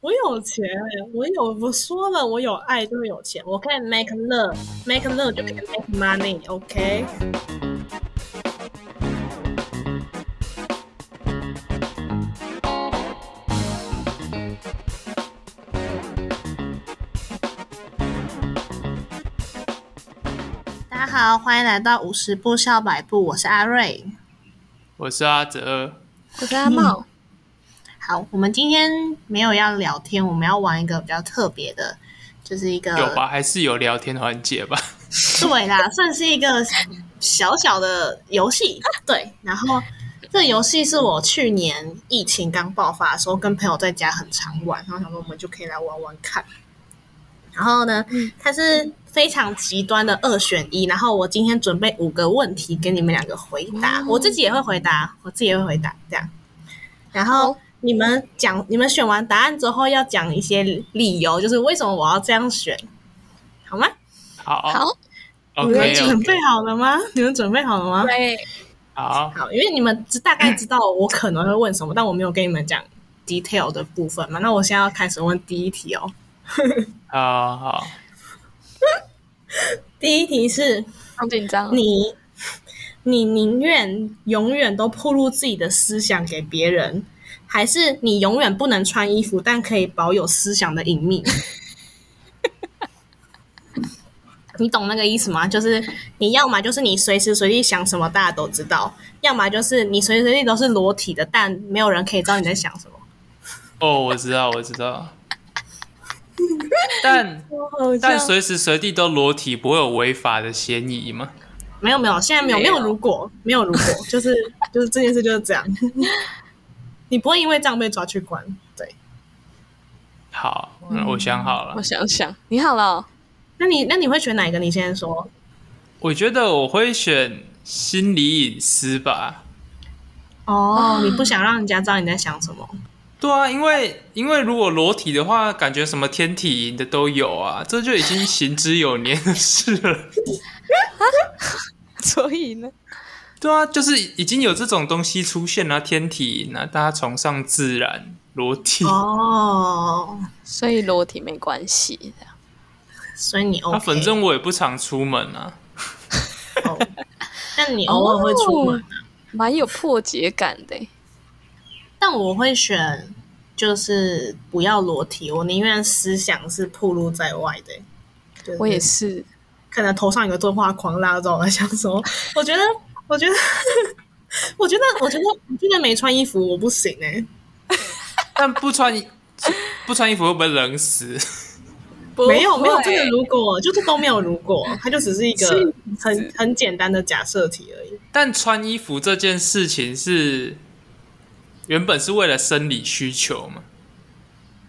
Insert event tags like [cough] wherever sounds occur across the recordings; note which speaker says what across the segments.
Speaker 1: 我有钱，我有我说了，我有爱就有钱，我可以 make love，make love 就可以 make money，OK？、大家好，欢迎来到五十步笑百步，我是阿瑞。
Speaker 2: 我是阿哲，
Speaker 3: 我是阿茂，
Speaker 1: 好，我们今天没有要聊天，我们要玩一个比较特别的，就是一
Speaker 3: 呃
Speaker 1: 个
Speaker 2: 有吧？还是有聊天环节
Speaker 3: [laughs]
Speaker 2: 吧？
Speaker 1: 对啦，算是一个小小的游戏。对，然后这个游戏是我去年疫情刚爆发的时候，跟朋友在家很常玩，然后想说我们就可以来玩玩看。然后呢，它是非常极端的二选一。然后我今天准备五个问题给你们两个回答，我自己也会回答，我自己也会回答这样。然后
Speaker 3: 好
Speaker 1: 你们讲，你们选完答案之后要讲一些理由，就是为什么我要这样选，好吗？
Speaker 2: 好
Speaker 3: 好，
Speaker 1: 你们
Speaker 2: OK，
Speaker 1: 准备好了吗？你们准备好了吗？
Speaker 3: 对，
Speaker 2: 好，
Speaker 1: 好，因为你们知大概知道我可能会问什么，但我没有跟你们讲 detail 的部分嘛。那我现在要开始问第一题哦。
Speaker 2: 好好，
Speaker 1: 第一题是
Speaker 3: 好紧张哦。
Speaker 1: 你，你宁愿永远都暴露自己的思想给别人，还是你永远不能穿衣服，但可以保有思想的隐秘？ [laughs] 你懂那个意思吗？就是你要么就是你随时随地想什么大家都知道，要么就是你随时随地都是裸体的，但没有人可以知道你在想什么。
Speaker 2: 哦，我知道，我知道，
Speaker 3: [laughs]
Speaker 2: 但但随时随地都裸体，不会有违法的嫌疑吗？
Speaker 1: 没有没有，现在没有没
Speaker 3: 没有
Speaker 1: 有如果没有如果，就是就是这件事就是这样， [laughs] 你不会因为这样被抓去关。对，
Speaker 2: 好，那我想好
Speaker 3: 嗯我
Speaker 2: 了，
Speaker 3: 想想，你好了哦，
Speaker 1: 那你那你会选哪一个？你先说。
Speaker 2: 我觉得我会选心理隐私吧。
Speaker 1: 哦，你不想让人家知道你在想什么？
Speaker 2: 对啊，因为因为如果裸体的话，感觉什么天体营的都有啊，这就已经行之有年的事了。
Speaker 3: 所以呢，
Speaker 2: 对啊，就是已经有这种东西出现了、天体营啊，大家崇尚自然裸体，
Speaker 1: 哦，
Speaker 3: 所以裸体没关系，这样
Speaker 1: 所以你 OK。
Speaker 2: 啊，反正我也不常出门啊。
Speaker 1: 哦， [laughs] 但你偶尔会出门，
Speaker 2: 啊
Speaker 3: 哦蛮有破解感的欸。
Speaker 1: 但我会选就是不要裸体，我宁愿思想是暴露在外的。就是
Speaker 3: 我也是，
Speaker 1: 可能头上有个钝化狂拉着我在想说，我觉得，我觉得， [laughs] 我觉得，我觉得，我觉得没穿衣服我不行哎、
Speaker 2: 但不穿 [laughs] 衣不穿衣服会不会冷死？
Speaker 1: 没有没有这个
Speaker 3: 裸，
Speaker 1: 如果，就是都没有如果，它就只是一个
Speaker 3: 是
Speaker 1: 很很简单的假设题而已。
Speaker 2: 但穿衣服这件事情是原本是为了生理需求嘛？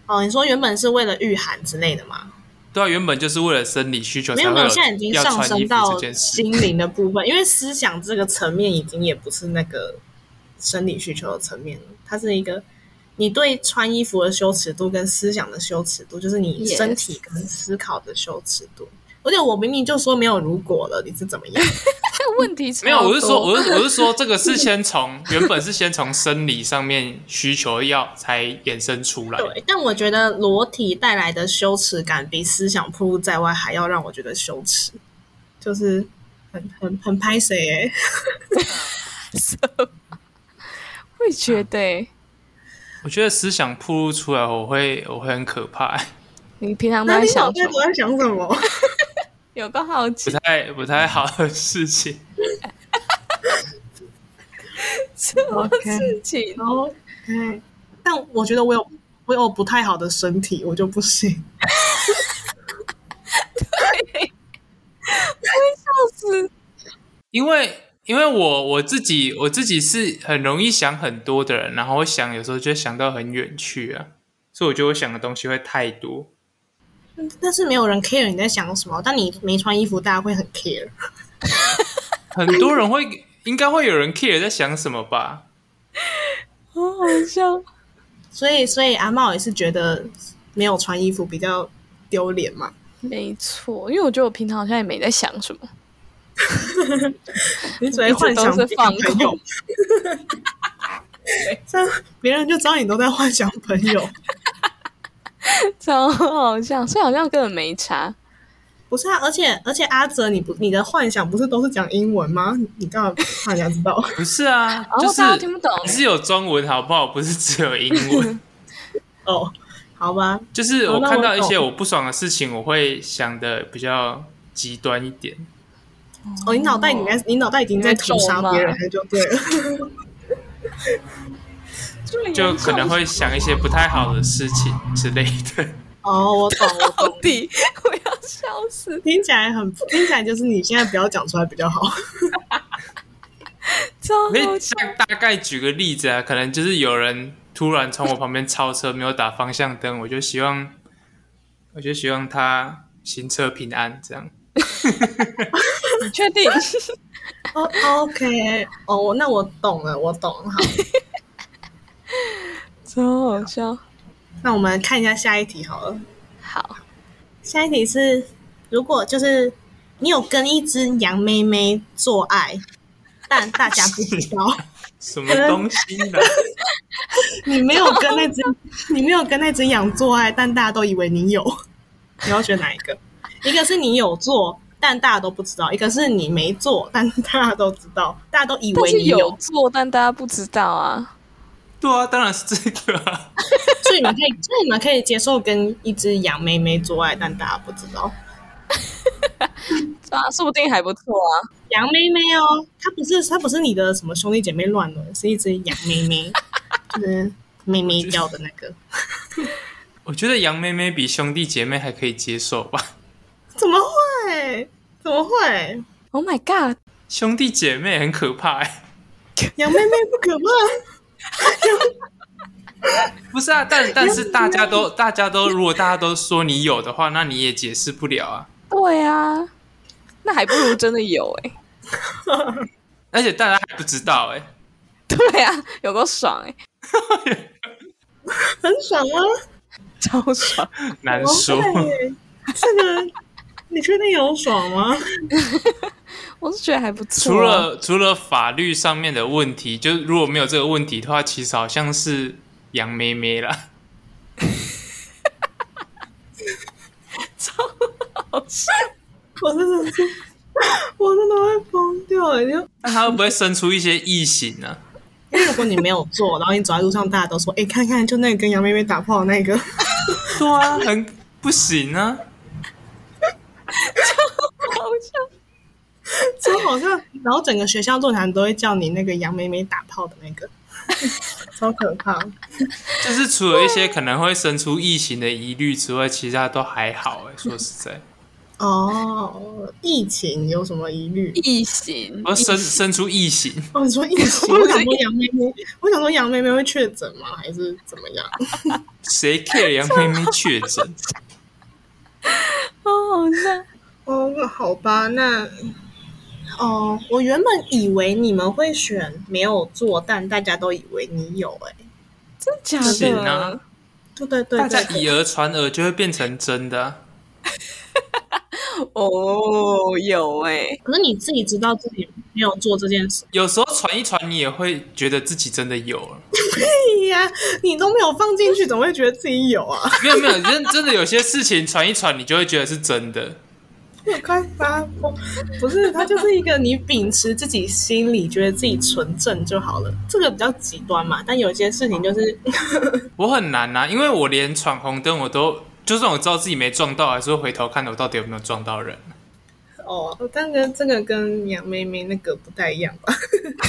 Speaker 1: 哦，你说原本是为了御寒之类的吗？
Speaker 2: 对啊，原本就是为了生理需求
Speaker 1: 没
Speaker 2: 才
Speaker 1: 有
Speaker 2: 会
Speaker 1: 没有，现在已经
Speaker 2: 要
Speaker 1: 上
Speaker 2: 穿衣
Speaker 1: 升
Speaker 2: 服这
Speaker 1: 到
Speaker 2: 件事。
Speaker 1: 心灵的部分，因为思想这个层面已经也不是那个生理需求的层面了，它是一个你对穿衣服的羞耻度跟思想的羞耻度，就是你
Speaker 3: Yes
Speaker 1: 身体跟思考的羞耻度。而且我明明就说没有如果了，你是怎么样？
Speaker 3: 但问题
Speaker 2: 没有，我是
Speaker 3: 超
Speaker 2: 说，
Speaker 3: 多
Speaker 2: 我是我
Speaker 1: [laughs]
Speaker 2: 是说，这个是先从原本是先从生理上面需求要才衍生出来。
Speaker 1: 对，但我觉得裸体带来的羞耻感比思想暴露在外还要让我觉得羞耻，就是很很很拍谁哎、
Speaker 3: 会觉得欸
Speaker 2: 我觉得思想暴露出来，我会我会很可怕，
Speaker 3: 你平常都
Speaker 1: 那
Speaker 3: 在
Speaker 1: 你
Speaker 3: 想
Speaker 1: 脑
Speaker 3: 什
Speaker 1: 袋都
Speaker 3: 么？
Speaker 1: 在想什么？
Speaker 3: 有个好
Speaker 2: 不
Speaker 3: 奇，
Speaker 2: 太不太好的事情。
Speaker 3: 什么事情？
Speaker 1: [laughs] 然后，嗯，但我觉得我有我有不太好的身体，我就不行。
Speaker 3: 就是
Speaker 2: 因为因为我我自己我自己是很容易想很多的人，然后我想有时候就会想到很远去啊，所以我觉得我想的东西会太多。
Speaker 1: 但是没有人 care 你在想什么，但你没穿衣服，大家会很 care。
Speaker 2: 很多人会应该会有人 care 在想什么吧？
Speaker 3: 好好笑。
Speaker 1: 所以，所以阿茂也是觉得没有穿衣服比较丢脸嘛。
Speaker 3: 没错，因为我觉得我平常好像也没在想什么，
Speaker 1: 你只会幻想
Speaker 3: 一直都是放
Speaker 1: 朋友
Speaker 3: 空，
Speaker 1: 这样别人就知道你都在幻想朋友。
Speaker 3: 超好像，所以好像根本没差。
Speaker 1: 不是啊，而且而且阿泽，你不你的幻想不是都是讲英文吗？你你干嘛怕人家知道？
Speaker 2: 不是啊，
Speaker 3: 哦
Speaker 2: 就是
Speaker 3: 大家听不懂
Speaker 2: 还是有中文好不好？不是只有英
Speaker 3: [laughs]
Speaker 2: 文。
Speaker 1: 哦，好吧，
Speaker 2: 就是
Speaker 1: 哦
Speaker 2: 我
Speaker 1: 那
Speaker 2: 看
Speaker 1: 我
Speaker 2: 到一
Speaker 1: 懂
Speaker 2: 些我不爽的事情，我会想的比较极端一点。
Speaker 1: 哦，你脑袋里面，你脑袋已经在屠杀别人了，就对了。 [laughs]
Speaker 2: [laughs] 就可能会想一些不太好的事情之类的。
Speaker 1: 哦，我懂，我懂
Speaker 3: 到底，我要笑死，
Speaker 1: 听起来很，听起来就是你现在不要讲出来比较好。
Speaker 3: 超
Speaker 2: 可以
Speaker 3: 好笑。
Speaker 2: 大大概举个例子啊，可能就是有人突然从我旁边超车，没有打方向灯，我就希望，我就希望他行车平安这样。
Speaker 3: 你确定？
Speaker 1: 哦，OK，哦，那我懂了，我懂了。好，
Speaker 3: 超好笑。
Speaker 1: 那我们看一下下一题好了。
Speaker 3: 好，
Speaker 1: 下一题是，如果就是你有跟一只羊妹妹做爱，但大家不知道，
Speaker 2: 什么东西呢？
Speaker 1: [laughs] 你没有跟那只， [laughs] 你没有跟那只羊做爱，但大家都以为你有，你要选哪一个？一个是你有做，但大家都不知道；一个是你没做，但大家都知道，大家都以
Speaker 3: 但
Speaker 1: 为
Speaker 3: 是
Speaker 1: 你
Speaker 3: 有做，但大家不知道啊。
Speaker 2: [laughs] 对啊，当然是这个啊。
Speaker 1: 所以你们可以，所以你们可以接受跟一只羊妹妹做爱，但大家不知道。
Speaker 3: 啊，说不定还不错啊。
Speaker 1: 羊妹妹哦，它不是它不是你的什么兄弟姐妹乱伦，是一只羊妹妹，就是妹妹叫的那个。
Speaker 2: 我觉得杨妹妹比兄弟姐妹还可以接受吧， [laughs]
Speaker 1: 怎么会？怎么会？
Speaker 3: Oh my god！
Speaker 2: 兄弟姐妹很可怕、欸。
Speaker 1: 羊妹妹不可怕，
Speaker 2: 不是啊，但但是大家都大家都，如果大家都说你有的话，那你也解释不了啊。
Speaker 3: 对啊，那还不如真的有哎、
Speaker 2: 而且大家还不知道哎、
Speaker 3: [laughs] 对啊，有够爽哎、
Speaker 1: 很爽啊，
Speaker 3: 超爽！
Speaker 2: 难
Speaker 1: 怎
Speaker 2: 说
Speaker 1: 么。
Speaker 2: [laughs]
Speaker 1: 会这个你确定有爽吗？
Speaker 3: [laughs] 我是觉得还不错啊、
Speaker 2: 除了除了法律上面的问题，就是如果没有这个问题的话，其实好像是杨妹妹啦。 [laughs]
Speaker 3: 好笑
Speaker 1: 我真的是，我真的会疯掉欸就
Speaker 2: 那她会不会生出一些异形啊呢、
Speaker 1: 因为如果你没有做，然后你走在路上，大家都说：“哎、看看，就那个跟杨妹妹打炮的那个。”
Speaker 2: 对啊，很不行啊。
Speaker 3: 好笑，
Speaker 1: 就好像，然后整个学校论坛都会叫你那个杨妹妹打炮的那个，超可怕。
Speaker 2: 就是除了一些可能会生出异形的疑虑之外，其他都还好哎、说实在，
Speaker 1: 哦，疫情有什么疑虑？
Speaker 3: 异形，
Speaker 2: 我生生出异形，
Speaker 1: 哦，你说疫情，我想说杨妹妹，我想说杨妹妹会确诊吗？还是怎么样？
Speaker 2: 谁 care 杨妹妹确 [laughs] 诊？
Speaker 3: 哦，好笑。
Speaker 1: 哦，那好吧，那哦，我原本以为你们会选没有做，但大家都以为你有、欸，哎，
Speaker 3: 真的假
Speaker 2: 不行
Speaker 3: 的？
Speaker 2: 啊，
Speaker 1: 对对对
Speaker 2: 大家
Speaker 1: 对对
Speaker 2: 以讹传讹就会变成真的啊、
Speaker 3: 哦，有哎、
Speaker 1: 可是你自己知道自己没有做这件事。
Speaker 2: 有时候传一传，你也会觉得自己真的有了。
Speaker 1: 对呀、你都没有放进 [laughs] 去，怎么会觉得自己有啊？
Speaker 2: 没有没有，真真的有些事情传一传，你就会觉得是真的。
Speaker 1: 我快发疯！ [laughs] 不是，它就是一个你秉持自己心里觉得自己纯正就好了，这个比较极端嘛。但有些事情就是，
Speaker 2: 我很难呐、因为我连闯红灯我都，就算我知道自己没撞到，还是会回头看我到底有没有撞到人。
Speaker 1: 哦，但跟这个跟杨妹妹那个不太一 [laughs] 样吧？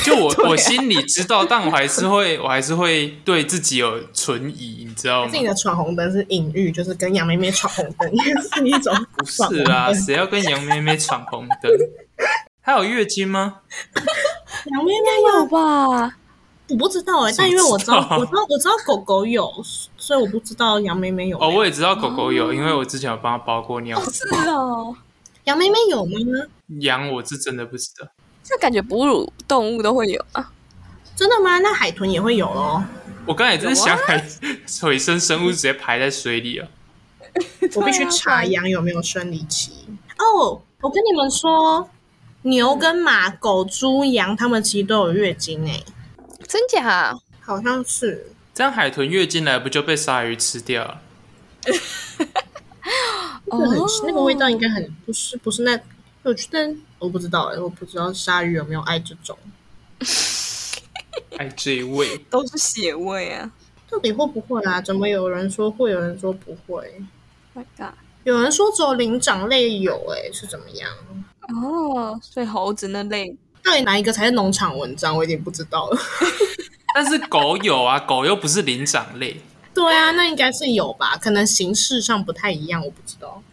Speaker 2: 就我、我心里知道，但我还是会，我还是会对自己有存疑，你知道吗
Speaker 1: 自？己的闯红灯是隐喻，就是跟杨妹妹闯红灯也是一种
Speaker 2: 不
Speaker 1: 闯红
Speaker 2: 是
Speaker 1: 灯 [laughs]
Speaker 2: 啊，谁要跟杨妹妹闯红灯？她有月经吗？
Speaker 1: 杨妹妹
Speaker 3: 没有
Speaker 1: 有，
Speaker 3: 吧？
Speaker 1: 我不知道哎、但因为我知道
Speaker 2: 怎，么知道
Speaker 1: 我知道，我知道狗狗有，所以我不知道杨妹妹有没
Speaker 2: 哦，
Speaker 1: 有。
Speaker 2: 我也知道狗狗有，因为我之前有帮它包过尿
Speaker 3: 哦，。是哦。
Speaker 1: 杨妹妹有吗？
Speaker 2: 羊我是真的不知道，
Speaker 3: 这感觉哺乳动物都会有啊。
Speaker 1: 真的吗？那海豚也会有哦。
Speaker 2: 我刚才也真的
Speaker 3: 有啊
Speaker 2: 想海水生生物直接排在水里哦了。
Speaker 1: 我必须
Speaker 3: 对啊
Speaker 1: 查羊有没有生理期。哦，我跟你们说，牛跟马、狗、猪、羊，它们其实都有月经欸诶、
Speaker 3: 真假？
Speaker 1: 好像是。
Speaker 2: 这样海豚月经来不就被鲨鱼吃掉了？
Speaker 1: 那个很、
Speaker 3: 哦
Speaker 1: 那个味道应该很不是不是那，我觉得我不知道哎、我不知道鲨鱼有没有爱这种，
Speaker 2: 爱哎这一味。
Speaker 3: 都是血味啊
Speaker 1: 到底会不会啊？怎么有人说会，有人说不会？
Speaker 3: Oh ！My God！
Speaker 1: 有人说只有灵长类有哎、是怎么样？
Speaker 3: 哦，所以猴子那类
Speaker 1: 到底哪一个才是农场文章？我有点不知道了。 [laughs]
Speaker 2: 但是狗有啊， [laughs] 狗又不是灵长类，
Speaker 1: 对啊，那应该是有吧？可能形式上不太一样，我不知道。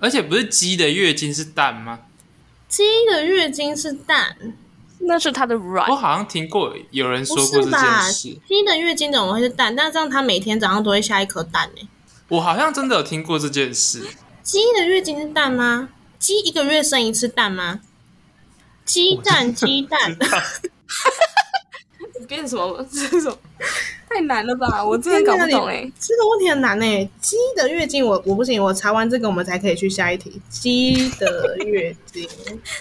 Speaker 2: 而且不是鸡的月经是蛋吗？
Speaker 1: 鸡的月经是蛋，
Speaker 3: 那是它的卵
Speaker 2: 我，
Speaker 1: 哦
Speaker 2: 好像听过有人说
Speaker 1: 不
Speaker 2: 过
Speaker 1: 是
Speaker 2: 这
Speaker 1: 吧
Speaker 2: 件？事，
Speaker 1: 鸡的月经怎么会是蛋？但这样它每天早上都会下一颗蛋呢、
Speaker 2: 我好像真的有听过这件事。
Speaker 1: 鸡的月经是蛋吗？鸡一个月生一次蛋吗？鸡蛋，鸡蛋，
Speaker 3: 变什么？ [laughs] 这是什么？太难了吧！我
Speaker 1: [laughs]
Speaker 3: 真的搞不懂哎、
Speaker 1: 这个问题很难呢、欸鸡的月经我我不行，我查完这个我们才可以去下一题。鸡的月
Speaker 2: [laughs]
Speaker 1: 经，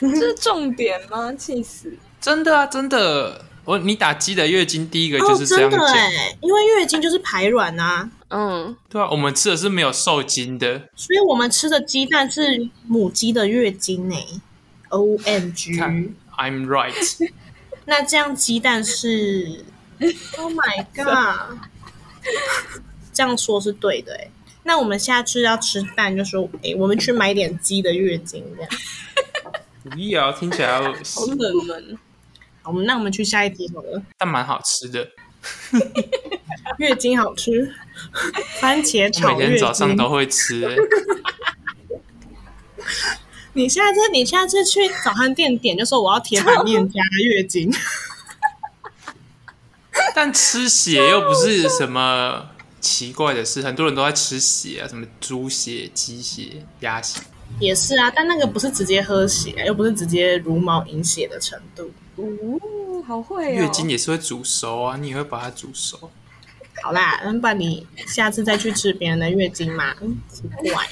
Speaker 3: 这是重点吗？气死！
Speaker 2: 真的啊，真的，我你打鸡的月经第一个就是这
Speaker 1: 真
Speaker 2: 样
Speaker 1: 的
Speaker 2: 讲，
Speaker 1: 哎、因为月经就是排卵啊，
Speaker 3: 嗯，
Speaker 2: 对啊，我们吃的是没有受精的，
Speaker 1: 所以我们吃的鸡蛋是母鸡的月经呢、O 欸 M G，
Speaker 2: 看 I'm
Speaker 1: [laughs]
Speaker 2: right，
Speaker 1: 那这样鸡蛋是？Oh my god！这样说是对的哎、那我们下次要吃蛋，就说哎、我们去买点鸡的月经这样。
Speaker 2: 不要啊听起来恶
Speaker 3: 好
Speaker 2: 心
Speaker 3: 冷门。
Speaker 1: 好，我们那我们去下一题好了。
Speaker 2: 但蛮好吃的。
Speaker 1: 月经好吃，番茄
Speaker 2: 我每
Speaker 1: 炒月
Speaker 2: 天
Speaker 1: 经。
Speaker 2: 早上都会
Speaker 1: [laughs]
Speaker 2: 吃、欸，
Speaker 1: 你下次你下次去早餐店点，就说我要铁板面加月经。 [laughs]
Speaker 2: 但
Speaker 1: [laughs]
Speaker 2: 吃血又不是什么奇怪的事，很多人都在吃血啊，什么猪血、鸡血、鸭血。
Speaker 1: 也是啊，但那个不是直接喝血，又不是直接茹毛饮血的程度。
Speaker 3: 哦，好会
Speaker 1: 啊
Speaker 3: 哦！
Speaker 2: 月经也是会煮熟啊，你也会把它煮熟。
Speaker 1: 好啦，那不然你下次再去吃别人的月经嘛，嗯奇怪。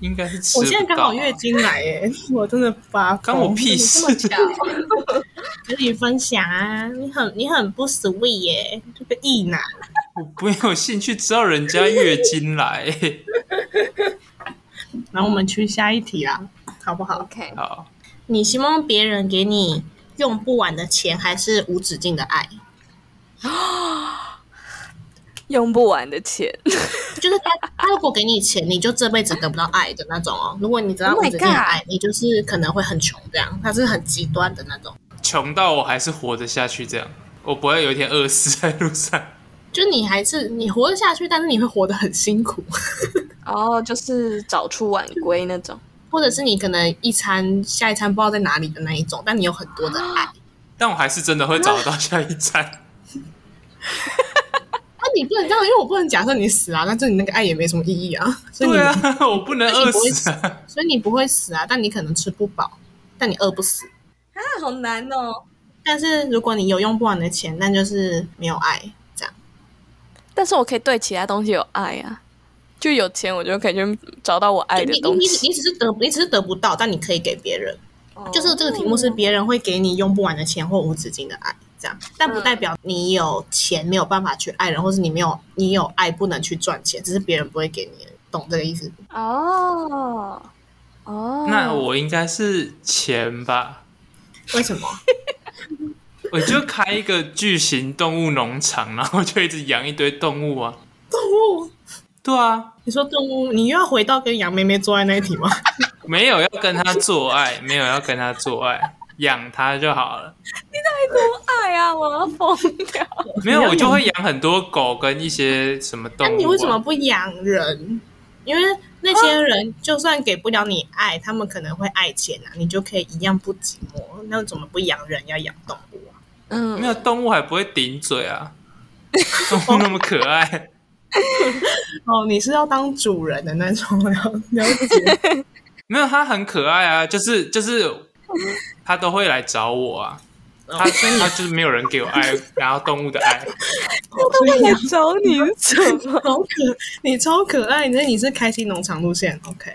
Speaker 2: 应该是吃
Speaker 1: 我现在
Speaker 2: 不
Speaker 1: 刚
Speaker 2: 到啊、
Speaker 1: 好月经来耶、 [laughs] 我真的发
Speaker 2: 关我屁事
Speaker 1: 怎么这么巧跟你分享啊，你很你很不 sweet 耶、这个异男。
Speaker 2: [laughs] 我不有兴趣知道人家月经来、 [laughs]
Speaker 1: 然后我们去下一题啦，好不好？ [laughs]
Speaker 3: OK，
Speaker 2: 好，
Speaker 1: 你希望别人给你用不完的钱，还是无止境的爱？
Speaker 3: 用不完的钱。 [laughs]
Speaker 1: 就是他，他如果给你钱，你就这辈子得不到爱的那种哦。如果你得到
Speaker 3: Oh
Speaker 1: 无
Speaker 3: my
Speaker 1: 止境的
Speaker 3: God
Speaker 1: 爱，你就是可能会很穷这样，他是很极端的那种。
Speaker 2: 穷到我还是活得下去，这样我不会有一天饿死在路上。 [laughs]
Speaker 1: 就你还是你活得下去，但是你会活得很辛苦。
Speaker 3: 哦，就是早出晚归那种。
Speaker 1: 或者是你可能一餐下一餐不知道在哪里的那一种，但你有很多的爱。
Speaker 3: 啊
Speaker 2: 但我还是真的会找得到下一
Speaker 1: [laughs]
Speaker 2: 站。
Speaker 1: 那、你不能这样，因为我不能假设你死啊，那这你那个爱也没什么意义啊。所以你
Speaker 2: 对啊，我不能饿死
Speaker 1: 那
Speaker 2: 啊！
Speaker 1: 所以你不会死啊，但你可能吃不饱，但你饿不死。
Speaker 3: 啊，好难哦！
Speaker 1: 但是如果你有用不完的钱，那就是没有爱这样。
Speaker 3: [laughs] 但是我可以对其他东西有爱啊，就有钱我就可以去找到我爱的
Speaker 1: 你你
Speaker 3: 东
Speaker 1: 你
Speaker 3: 西。
Speaker 1: 你只是得你只是得不到，但你可以给别人。
Speaker 3: 哦
Speaker 1: 就是这个题目是别人会给你用不完的钱或无止境的爱这样，但不代表你有钱没有办法去爱人，或是你没有你有爱不能去赚钱，只是别人不会给你，懂这个意思？
Speaker 3: 哦哦，
Speaker 2: 那我应该是钱吧？
Speaker 1: [laughs] 为什么？
Speaker 2: 我就开一个巨型动物农场，然后就一直养一堆动物啊。
Speaker 1: 动物？
Speaker 2: 对啊，
Speaker 1: 你说动物，你又要回到跟杨妹妹坐在那一题吗？
Speaker 2: 没有要跟它做爱，没有要跟它做爱，养它就好了。
Speaker 3: 多爱啊！我要疯掉！
Speaker 2: 没有，
Speaker 1: 你要
Speaker 2: 我就会养很多狗跟一些什么动
Speaker 1: 那
Speaker 2: 物、啊。
Speaker 1: 你为什么不养人？因为那些人就算给不了你爱，他们可能会爱钱啊，你就可以一样不寂寞。那怎么不养人，要养动物啊？
Speaker 2: 没
Speaker 3: 嗯，
Speaker 2: 有动物还不会顶
Speaker 1: [laughs]
Speaker 2: 嘴啊？动物那么可爱，
Speaker 1: 哦，你是要当主人的那种了了解？
Speaker 2: 没有它很可爱啊，就是就是它都会来找我啊。
Speaker 1: 哦
Speaker 2: 它它就是没有人给我爱，然后动物的爱，
Speaker 1: 所以
Speaker 3: 来找你什么？
Speaker 1: 好可，你超可爱，那你是开心农场路线，OK？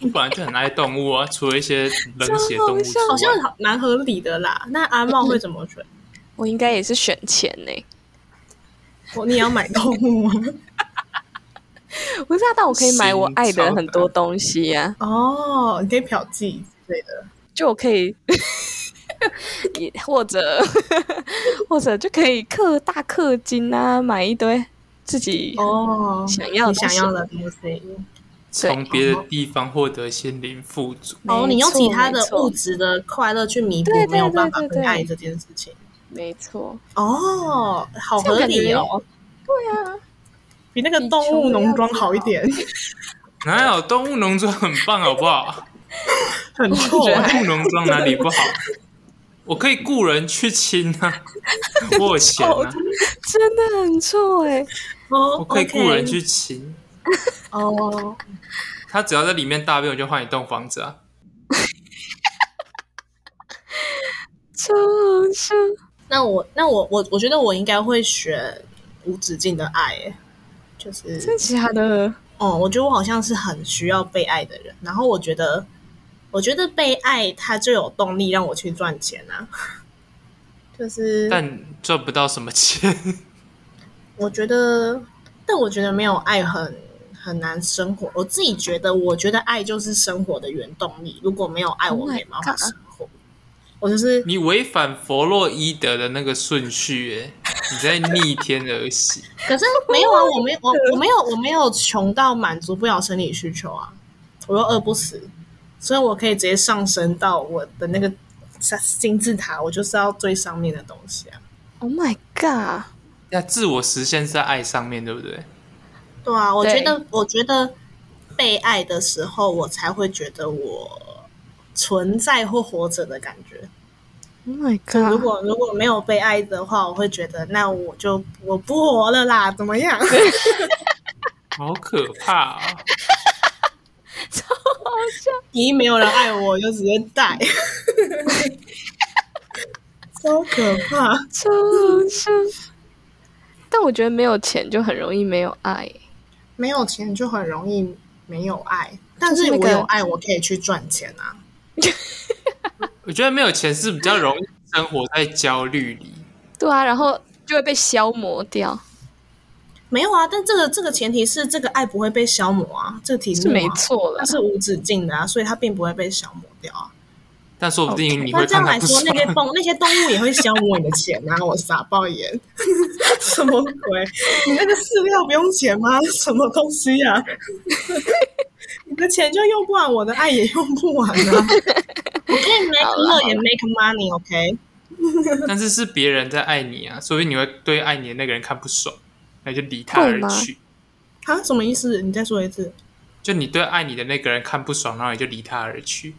Speaker 2: 我本来就很爱动物啊，除了一些冷血动物之
Speaker 3: 好
Speaker 1: [laughs] 好像
Speaker 2: 外，
Speaker 1: 好蛮合理的啦。那阿茂会怎么 [laughs] 选？
Speaker 3: 我应该也是选钱呢、
Speaker 1: 哦 [laughs] 我你也要买动物吗？
Speaker 3: 不是啊，但我可以买我爱的
Speaker 2: 行
Speaker 3: 很多东西呀、
Speaker 1: 哦，你可以嫖妓之类的，
Speaker 3: 就我可以， [laughs] 也或者 [laughs] 或者就可以氪大氪金啊，买一堆自己
Speaker 1: 哦，
Speaker 3: 想要的
Speaker 1: 你
Speaker 3: 东
Speaker 1: 想
Speaker 3: 西
Speaker 1: 要的东西。
Speaker 2: 从别的地方获得心灵富足。
Speaker 1: 哦，你用其他的
Speaker 3: 没错
Speaker 1: 物质的快乐去弥补
Speaker 3: 对对
Speaker 1: 没有办法
Speaker 3: 对对
Speaker 1: 跟
Speaker 3: 对
Speaker 1: 爱这件事情。
Speaker 3: 没错，
Speaker 1: 哦，好
Speaker 3: 这样
Speaker 1: 合
Speaker 3: 感觉
Speaker 1: 理哦，
Speaker 3: 对啊，
Speaker 1: 比那个动物农庄好一 [laughs] 点，
Speaker 2: 哪有动物农庄很棒，好不好？
Speaker 1: 很臭
Speaker 3: 我觉得
Speaker 1: 哎、
Speaker 2: 动物农庄哪里不好？我可以雇人去亲啊，我有钱啊，
Speaker 3: 真的很臭哎、
Speaker 1: 哦
Speaker 2: 我可以
Speaker 1: OK
Speaker 2: 雇人去亲。
Speaker 1: 哦，
Speaker 2: 他只要在里面大便，我就换一栋房子啊。
Speaker 3: 超好笑。
Speaker 1: 那我那我我我觉得我应该会选无止境的爱、欸，就是
Speaker 3: 真假的？
Speaker 1: 哦，我觉得我好像是很需要被爱的人，然后我觉得，我觉得被爱，它就有动力让我去赚钱啊。 [laughs] 就是，
Speaker 2: 但赚不到什么钱， [laughs]
Speaker 1: 我觉得，但我觉得没有爱很很难生活。我自己觉得，我觉得爱就是生活的原动力。如果没有爱，
Speaker 3: Oh
Speaker 1: 我
Speaker 3: my
Speaker 1: 没办法
Speaker 3: God
Speaker 1: 生活。我就是
Speaker 2: 你违反弗洛伊德的那个顺序、欸，你在逆天而行。
Speaker 1: 可是没有啊，我
Speaker 3: [laughs]
Speaker 1: 没我我没有我没有穷到满足不了生理需求啊，我又饿不死，所以我可以直接上升到我的那个金字塔，我就是要最上面的东西啊。
Speaker 3: Oh my god！
Speaker 2: 那自我实现是在爱上面，对不对？
Speaker 1: 对啊，我觉
Speaker 3: 对
Speaker 1: 得我觉得被爱的时候，我才会觉得我存在或活着的感觉。
Speaker 3: Oh my
Speaker 1: 就
Speaker 3: god！
Speaker 1: 如果如果没有被爱的话，我会觉得那我就我不活了啦，怎么样？ [laughs]
Speaker 2: 好可怕、啊！
Speaker 3: 超好笑，
Speaker 1: 一没有人爱我，我就直接
Speaker 3: [laughs]
Speaker 1: 带，超可怕。
Speaker 3: 超好笑。但我觉得没有钱就很容易没有爱，
Speaker 1: 没有钱就很容易没有爱，但
Speaker 3: 就是是那
Speaker 1: 我
Speaker 3: 个
Speaker 1: 有爱，我可以去赚钱啊。
Speaker 2: 我觉得没有钱是比较容易生活在焦虑里。
Speaker 3: 对啊，然后就会被消磨掉，
Speaker 1: 没有啊，但这个这个前提是这个爱不会被消磨啊，这个题目、
Speaker 3: 是
Speaker 1: 啊、
Speaker 3: 没错了
Speaker 1: 它。是无止境的啊，所以它并不会被消磨掉啊。
Speaker 2: 但说不定你
Speaker 1: 那
Speaker 2: 会
Speaker 1: 这样
Speaker 2: 看他
Speaker 1: 来
Speaker 2: 不
Speaker 1: 说，
Speaker 2: 爽。
Speaker 1: 那些动那些动物也会消磨你的钱啊！我傻爆眼， [laughs] 什么鬼？你那个饲料不用钱吗？什么东西呀、啊？你的钱就用不完，我的爱也用不完啊！我可以 make
Speaker 3: 好啦
Speaker 1: love 也 make money，OK？、
Speaker 2: 但是是别人在爱你啊，说不定你会对爱你的那个人看不爽，那就离他而去。
Speaker 1: 啊，什么意思？你再说一次。
Speaker 2: 就你对爱你的那个人看不爽，然后你就离他而去。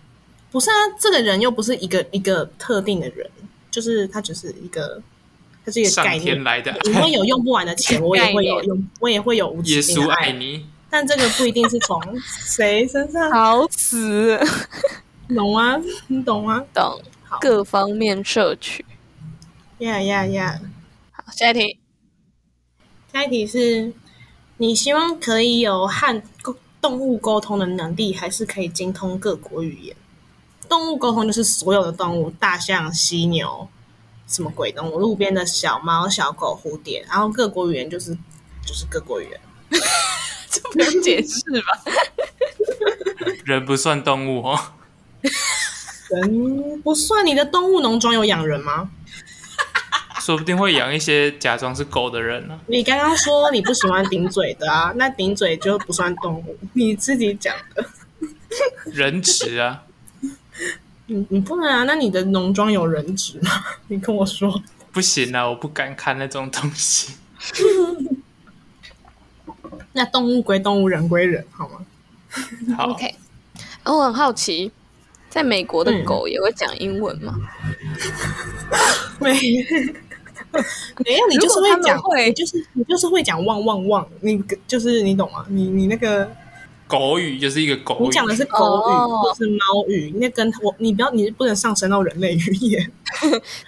Speaker 1: 不是啊，这个人又不是一个一个特定的人，就是他只是一个，他是一个概
Speaker 2: 上天
Speaker 1: 念。
Speaker 2: 来的
Speaker 1: [laughs] 你
Speaker 2: 爱
Speaker 1: 会有用不完的
Speaker 3: [laughs]
Speaker 1: 钱，我也会有
Speaker 3: 概念
Speaker 1: 用，我也会有无
Speaker 2: [laughs] 耶
Speaker 1: 止境
Speaker 2: 稣
Speaker 1: 的
Speaker 2: 爱
Speaker 1: 爱，
Speaker 2: 你，
Speaker 1: 但这个不一定是从谁身上
Speaker 3: 好死，
Speaker 1: 懂啊， [laughs] 你懂啊
Speaker 3: 懂
Speaker 1: 好
Speaker 3: 各方面摄取。
Speaker 1: ，Yeah Yeah Yeah。
Speaker 3: 好，下一题，
Speaker 1: 下一题是，你希望可以有和沟动物沟通的能力，还是可以精通各国语言？动物沟通就是所有的动物，大象、犀牛，什么鬼动物，路边的小猫、小狗、蝴蝶，然后各国语言就是就是各国语言。
Speaker 3: 这不用解释吧？
Speaker 2: 人不算动物哦。 [laughs]
Speaker 1: 人不算，你的动物农庄有养人吗？
Speaker 2: 说不定会养一些假装是狗的人啊呢、
Speaker 1: 你刚刚说你不喜欢顶嘴的啊，那顶嘴就不算动物，你自己讲的。
Speaker 2: 啊，人质啊。 [laughs]
Speaker 1: 你你不能啊？那你的农庄有人质吗？你跟我说。
Speaker 2: 不行啊，我不敢看那种东西。
Speaker 1: 那动物归动物，人归人，好吗？
Speaker 2: 好
Speaker 3: [laughs] OK，我哦很好奇，在美国的
Speaker 1: 嗯
Speaker 3: 狗也会讲英文吗？
Speaker 1: [laughs] 没，没有，你就是
Speaker 3: 如果他
Speaker 1: 会
Speaker 3: 们
Speaker 1: 讲，
Speaker 3: 会
Speaker 1: 你就是你就是会讲汪汪汪，你就是你懂吗？你你那个
Speaker 2: 狗语就是一个狗语，
Speaker 1: 你讲的是狗语
Speaker 3: 哦
Speaker 1: 或是猫语，那跟我你不要你不能上升到人类语言，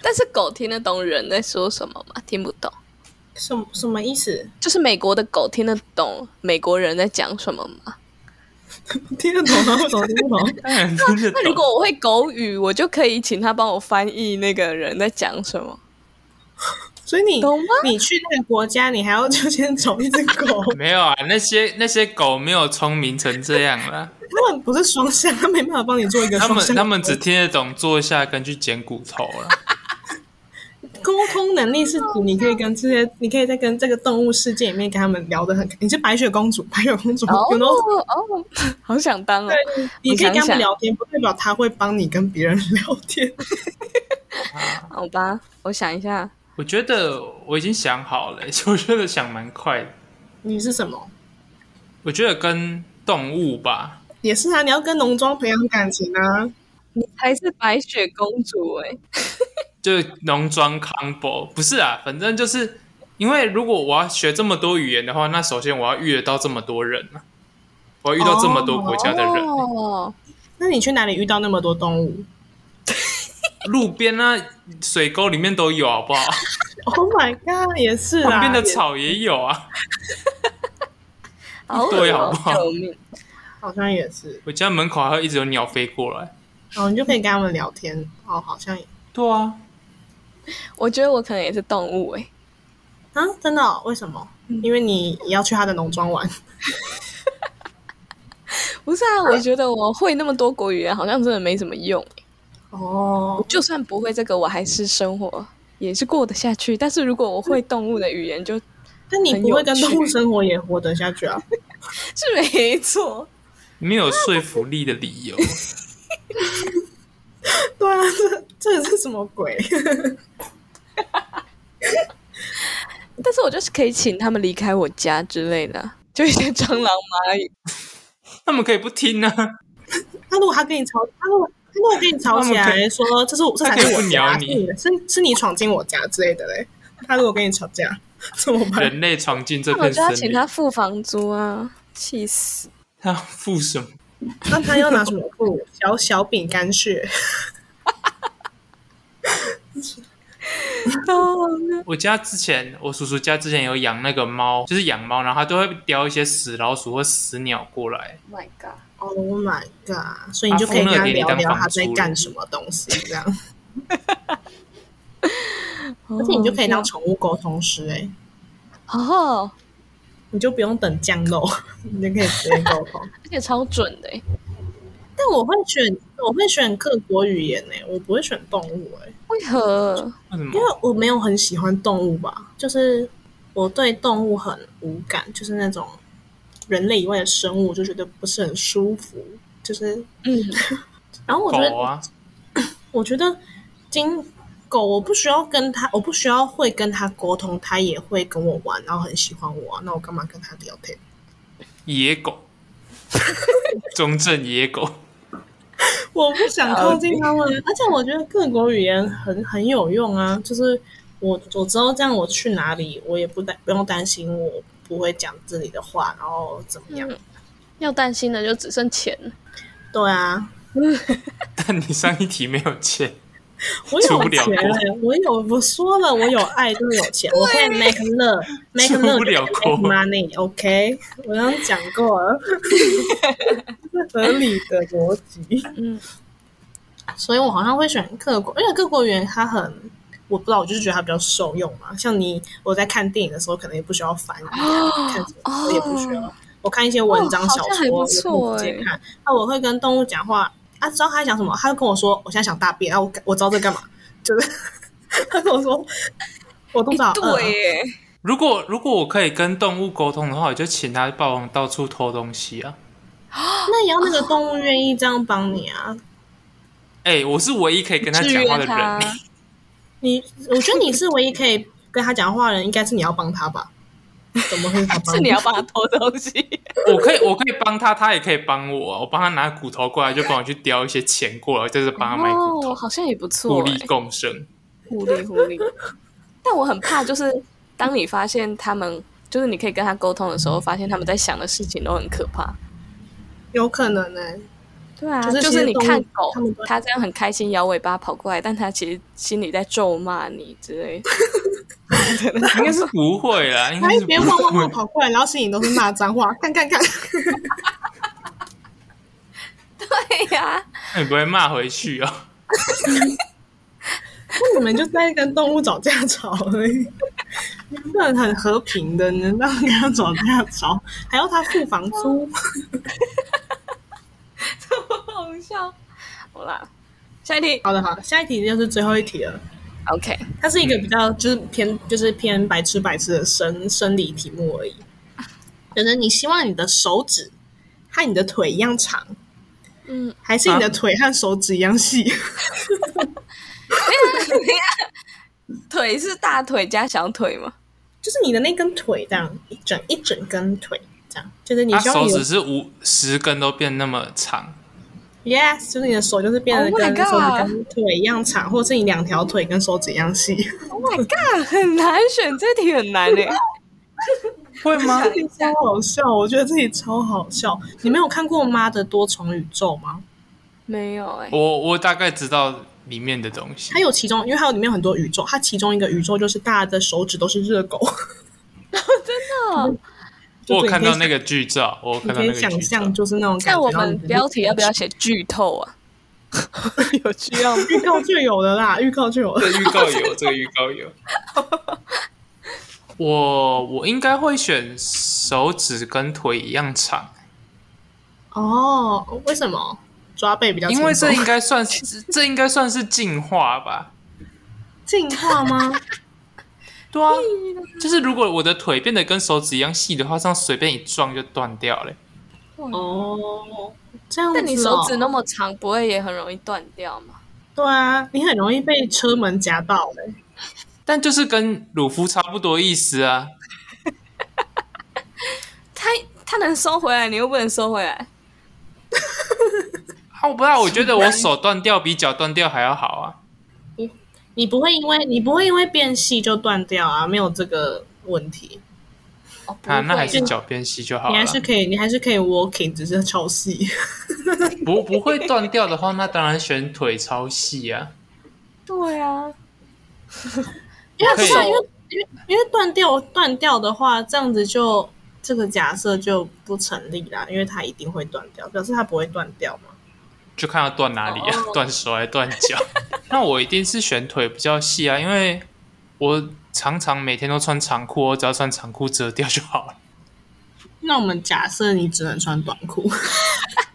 Speaker 3: 但是狗听得懂人在说什么吗？听不懂。
Speaker 1: 什么什么意思？
Speaker 3: 就是美国的狗听得懂美国人在讲什么吗？
Speaker 1: [laughs] 听得懂吗？为什么听不懂？
Speaker 2: 当然听得懂
Speaker 3: [laughs] 那如果我会狗语，我就可以请他帮我翻译那个人在讲什么。
Speaker 1: 所以你
Speaker 3: 懂吗
Speaker 1: 你去那个国家，你还要就先走一只狗，
Speaker 2: 没有啊，那些那些狗没有聪明成这样啦，
Speaker 1: 他们不是双向，他没办法帮你做一个
Speaker 2: [laughs] 他
Speaker 1: 双
Speaker 2: 们
Speaker 1: 向。
Speaker 2: 他们只听得懂坐下跟去捡骨头了。
Speaker 1: 沟通能力是
Speaker 3: 哦
Speaker 1: 指你可以跟这些，你可以在跟这个动物世界里面跟他们聊得很开。你是白雪公主，白雪公主，
Speaker 3: [laughs] 哦
Speaker 1: 有时候
Speaker 3: 哦，好想当哦。
Speaker 1: 对，你可以
Speaker 3: 我想
Speaker 1: 跟他们
Speaker 3: 想
Speaker 1: 聊天，不代表他会帮你跟别人聊天。
Speaker 3: 好吧，我想一下，
Speaker 2: [laughs] 我觉得我已经想好了， [laughs] 我觉得想蛮快的。
Speaker 1: 你是什么？
Speaker 2: 我觉得跟动物吧，
Speaker 1: 也是啊，你要跟农庄培养感情啊。
Speaker 3: 你才是白雪公主哎、
Speaker 2: 就是农庄 combo 不是啊，反正就是因为如果我要学这么多语言的话，那首先我要遇得到这么多人啊，我要遇到这么多国家的人，
Speaker 3: 哦，
Speaker 1: 那你去哪里遇到那么多动物
Speaker 2: 路边啊、水沟里面都有，好不好？
Speaker 1: ？Oh my god，也是
Speaker 2: [laughs] 旁
Speaker 1: 啊，
Speaker 2: 边的
Speaker 1: 也
Speaker 2: 草也有啊。
Speaker 3: 好恶
Speaker 2: 对啊
Speaker 3: 哦
Speaker 2: 好不好
Speaker 3: 救命！
Speaker 1: 好像也是。
Speaker 2: 我家门口还会一直有鸟飞过来。
Speaker 1: 然后你就可以跟他们聊天。哦，好像也
Speaker 2: 对啊，
Speaker 3: 我觉得我可能也是动物哎、
Speaker 1: 啊，真的哦、为什么？因为你要去他的农庄玩。
Speaker 3: 不是啊，我觉得我会那么多国语言，好像真的没什么用、
Speaker 1: 哦，
Speaker 3: 就算不会这个，我还是生活也是过得下去。但是如果我会动物的语言，就
Speaker 1: [laughs] 但你不会跟
Speaker 3: 很有趣
Speaker 1: 动物生活也活得下去啊？
Speaker 3: 是没错。
Speaker 2: 没有说服力的
Speaker 1: [laughs]
Speaker 2: 理由。
Speaker 1: [laughs] 对啊，这这是什么鬼？
Speaker 3: 但是我就是可以请他们离开我家之类的，就一些蟑螂、蚂
Speaker 2: [laughs]
Speaker 3: 蚁，
Speaker 2: 他们可以不听啊，
Speaker 1: [laughs] 他如果他跟你吵，他如果他如果跟你吵起
Speaker 2: 他们
Speaker 1: 来说这是我这才
Speaker 2: 他可以
Speaker 1: 是我
Speaker 2: 不
Speaker 1: 家，
Speaker 2: 鸟
Speaker 1: 是
Speaker 2: 你
Speaker 1: 你的是是你闯进我家之类的嘞。他如果跟你吵架， [laughs] 怎么办？
Speaker 2: [laughs] 人类闯进这
Speaker 3: 那我
Speaker 2: 片
Speaker 3: 就要
Speaker 2: 森
Speaker 3: 请
Speaker 2: 林，
Speaker 3: 他付房租啊，
Speaker 2: [laughs]
Speaker 3: 气死！
Speaker 2: 他要付什么？
Speaker 1: 那他要拿什么布？小小饼干屑。
Speaker 2: 哦
Speaker 3: 哦
Speaker 2: 我家之前，我叔叔家之前有养那个猫，就是养猫，然后他都会叼一些死老鼠或死鸟过来。
Speaker 3: My God！
Speaker 1: [laughs] Oh my god！所以你就可以跟他聊聊他在干什么东西，这样，而且你就可以当宠物沟通师哎、
Speaker 3: 哦，
Speaker 1: 你就不用等降肉， [laughs] 你就可以直接沟通。 [laughs]
Speaker 3: 而且超准的欸，
Speaker 1: 但我会选，我会选各国语言哎、我不会选动物哎、
Speaker 3: 为何？
Speaker 2: 为什么
Speaker 1: 因？为我没有很喜欢动物吧，就是我对动物很无感，就是那种人类以外的生物，我就觉得不是很舒服。就是，
Speaker 3: 嗯，
Speaker 1: [laughs] 然后我觉得
Speaker 2: 狗啊，
Speaker 1: 我觉得金狗，我不需要跟它，我不需要会跟它沟通，它也会跟我玩，然后很喜欢我啊、那我干嘛跟它聊天？
Speaker 2: 野狗， [laughs] 中正野狗，
Speaker 1: 我不想靠近它们，而且我觉得各国语言很很有用啊，就是我我知道这样我去哪里，我也不担不用担心我不会讲这里的话，然后怎么样？
Speaker 3: 嗯要担心的就只剩钱了。
Speaker 1: 对啊，
Speaker 2: 但你上一题没有切，
Speaker 1: 我
Speaker 2: 出不
Speaker 1: 有
Speaker 2: 了
Speaker 1: 钱欸，
Speaker 2: 国
Speaker 1: 我有我说了，我有爱就是有钱，我会 make love，make
Speaker 2: 出
Speaker 1: love
Speaker 2: 不了
Speaker 1: make
Speaker 2: 国
Speaker 1: money，OK，、我刚刚讲过了， [laughs] 是合理的逻辑，
Speaker 3: 嗯，
Speaker 1: 所以我好像会选各国，因为各国语言它很。我不知道，我就是觉得它比较受用嘛。像你，我在看电影的时候，可能也不需要翻译，啊看什么我也不需要。我看一些文章、
Speaker 3: 哦
Speaker 1: 小
Speaker 3: 好像还
Speaker 1: 说，我
Speaker 3: 不
Speaker 1: 也
Speaker 3: 错
Speaker 1: 直接
Speaker 3: 欸
Speaker 1: 看。那我会跟动物讲话，啊，知道他在讲什么，他就跟我说，我现在想大便，然、啊、后我我知道这干嘛，就是 [laughs] 他跟我说，我肚子好
Speaker 3: 欸
Speaker 1: 饿啊、
Speaker 3: 对耶，
Speaker 2: 如果如果我可以跟动物沟通的话，我就请它帮我到处偷东西啊！
Speaker 1: 那也要那个动物愿意这样帮你啊。
Speaker 2: 哎、我是唯一可以跟它
Speaker 3: 制
Speaker 2: 讲话的
Speaker 3: 约他
Speaker 2: 人，。
Speaker 1: 你，我觉得你是唯一可以跟他讲话的人，应该是你要帮他
Speaker 3: [laughs]
Speaker 1: 吧？怎么会是他帮？
Speaker 3: 是你要帮他偷东
Speaker 2: [laughs]
Speaker 3: 西，
Speaker 2: 我可以我可以帮它，它也可以帮我啊、我帮它拿骨头过来，就帮我去叼一些钱过来，就是帮它买骨头，
Speaker 3: 哦，好像也不
Speaker 2: 互
Speaker 3: 错
Speaker 2: 利
Speaker 3: 欸，
Speaker 2: 共生。
Speaker 3: 互利互利。但我很怕，就是当你发现他们，就是你可以跟他沟通的时候，发现他们在想的事情都很可怕。有
Speaker 1: 可能欸呢、
Speaker 3: 对啊，
Speaker 1: 就是
Speaker 3: 就
Speaker 1: 其
Speaker 3: 是
Speaker 1: 实
Speaker 3: 你
Speaker 1: 动物
Speaker 3: 看狗
Speaker 1: 它们都，
Speaker 3: 它这样很开心摇尾巴跑过来，但它其实心里在咒骂你之类 [laughs] 的。
Speaker 2: [laughs] 应该是不会啦，应
Speaker 1: 他
Speaker 2: 该
Speaker 1: 一
Speaker 2: 是
Speaker 1: 边
Speaker 2: 不
Speaker 1: 汪汪
Speaker 2: 会
Speaker 1: 汪。跑过来，然后心里都是骂脏话， [laughs] 看看看，
Speaker 3: 对呀、
Speaker 2: 那你不会骂回去哦？
Speaker 1: 那你们就在跟动物找架吵而 [laughs] 已，原本很和平的，你们到跟他找架吵，还要他付房 [laughs] 租，
Speaker 3: [laughs] 好笑。好啦，下一题。
Speaker 1: 好的，好的，下一题就是最后一题了。
Speaker 3: OK，
Speaker 1: 它是一个比较就是偏就是偏白痴白痴的生生理题目而已。就是你希望你的手指和你的腿一样长，
Speaker 3: 嗯，
Speaker 1: 还是你的腿和手指一样细？
Speaker 3: [laughs]
Speaker 1: [laughs]
Speaker 3: 腿是大腿加小腿吗？
Speaker 1: 就是你的那根腿这样一整一整根腿这样，就是你
Speaker 2: 他
Speaker 1: 希望
Speaker 2: 啊手
Speaker 1: 你的
Speaker 2: 指是五十根都变那么长，
Speaker 1: yes，就是你的手就是变得
Speaker 3: Oh my
Speaker 1: 跟手
Speaker 3: God
Speaker 1: 指跟腿一样长，或者是你两条腿跟手指一样
Speaker 3: [laughs]
Speaker 1: 细。
Speaker 3: [laughs] Oh my god，很难选，这题很难欸诶。
Speaker 2: [laughs] 会
Speaker 3: [laughs]
Speaker 2: 吗？
Speaker 1: 这题超好笑，我觉得这题超好笑。你没有看过《妈的多重宇宙》吗？
Speaker 3: 没有欸诶。
Speaker 2: 我我大概知道里面的东西
Speaker 1: 它，有其中，因为它有里面有很多宇宙，它其中一个宇宙就是大家的手指都是热
Speaker 2: [laughs]
Speaker 1: 狗。
Speaker 3: 哦
Speaker 2: 我有看到
Speaker 1: 就是
Speaker 2: 那个剧照，我有
Speaker 1: 你
Speaker 2: 看到
Speaker 1: 可以
Speaker 2: 那个
Speaker 1: 想
Speaker 2: 剧照
Speaker 1: 象，。就是那种感
Speaker 3: 那
Speaker 1: 觉。
Speaker 3: 我
Speaker 1: 然后
Speaker 3: 们
Speaker 1: 你就
Speaker 3: 标题要不要写剧透啊？有需要吗？
Speaker 1: [laughs] 预告就有了啦？预告就有了。
Speaker 2: 这预告有，这个预
Speaker 1: [laughs]
Speaker 2: 告有。我我应该会选手指跟腿一样长，
Speaker 1: 哦，为什么抓背比较轻
Speaker 2: 因
Speaker 1: 松？
Speaker 2: 为这应该算是这应该算是进化吧。
Speaker 1: 进化
Speaker 2: [laughs]
Speaker 1: 吗？
Speaker 2: 对
Speaker 1: 哎
Speaker 2: 啊，就是如果我的腿变得跟手指一样细的话，这样随便一撞就断掉了。
Speaker 1: 哦，这样子、哦。
Speaker 3: 但你手指那么长，不会也很容易断掉吗？
Speaker 1: 对啊，你很容易被车门夹到欸嘞、
Speaker 2: 但就是跟鲁夫差不多意思啊。
Speaker 3: 它它能收回来，你又不能收回来。
Speaker 2: 啊，我不知道，我觉得我手断掉比脚断掉还要好啊。
Speaker 1: 你不会因为你不会因为变细就断掉啊，没有这个问题。
Speaker 3: 哦，不
Speaker 2: 啊，
Speaker 3: 会，
Speaker 2: 那还是脚变细就好啊
Speaker 1: 你
Speaker 2: 了
Speaker 1: 还。是可以，你还是可以 walking，只是超
Speaker 2: [laughs]
Speaker 1: 细。
Speaker 2: 不不会断掉的话，那当然选腿超细啊。
Speaker 3: 对啊，
Speaker 1: 因为
Speaker 2: 可
Speaker 1: 不
Speaker 2: 以
Speaker 1: 是因为因为因为断掉断掉的话，这样子就这个假设就不成立啦，因为它一定会断掉，表示它不会断掉嘛。
Speaker 2: 就看要断哪里啊
Speaker 3: 哦，
Speaker 2: 断、手还是
Speaker 1: [laughs]
Speaker 2: 断脚？那我一定是选腿比较细啊，因为我常常每天都穿长裤，我只要穿长裤折掉就好了。
Speaker 1: 那我们假设你只能穿短裤，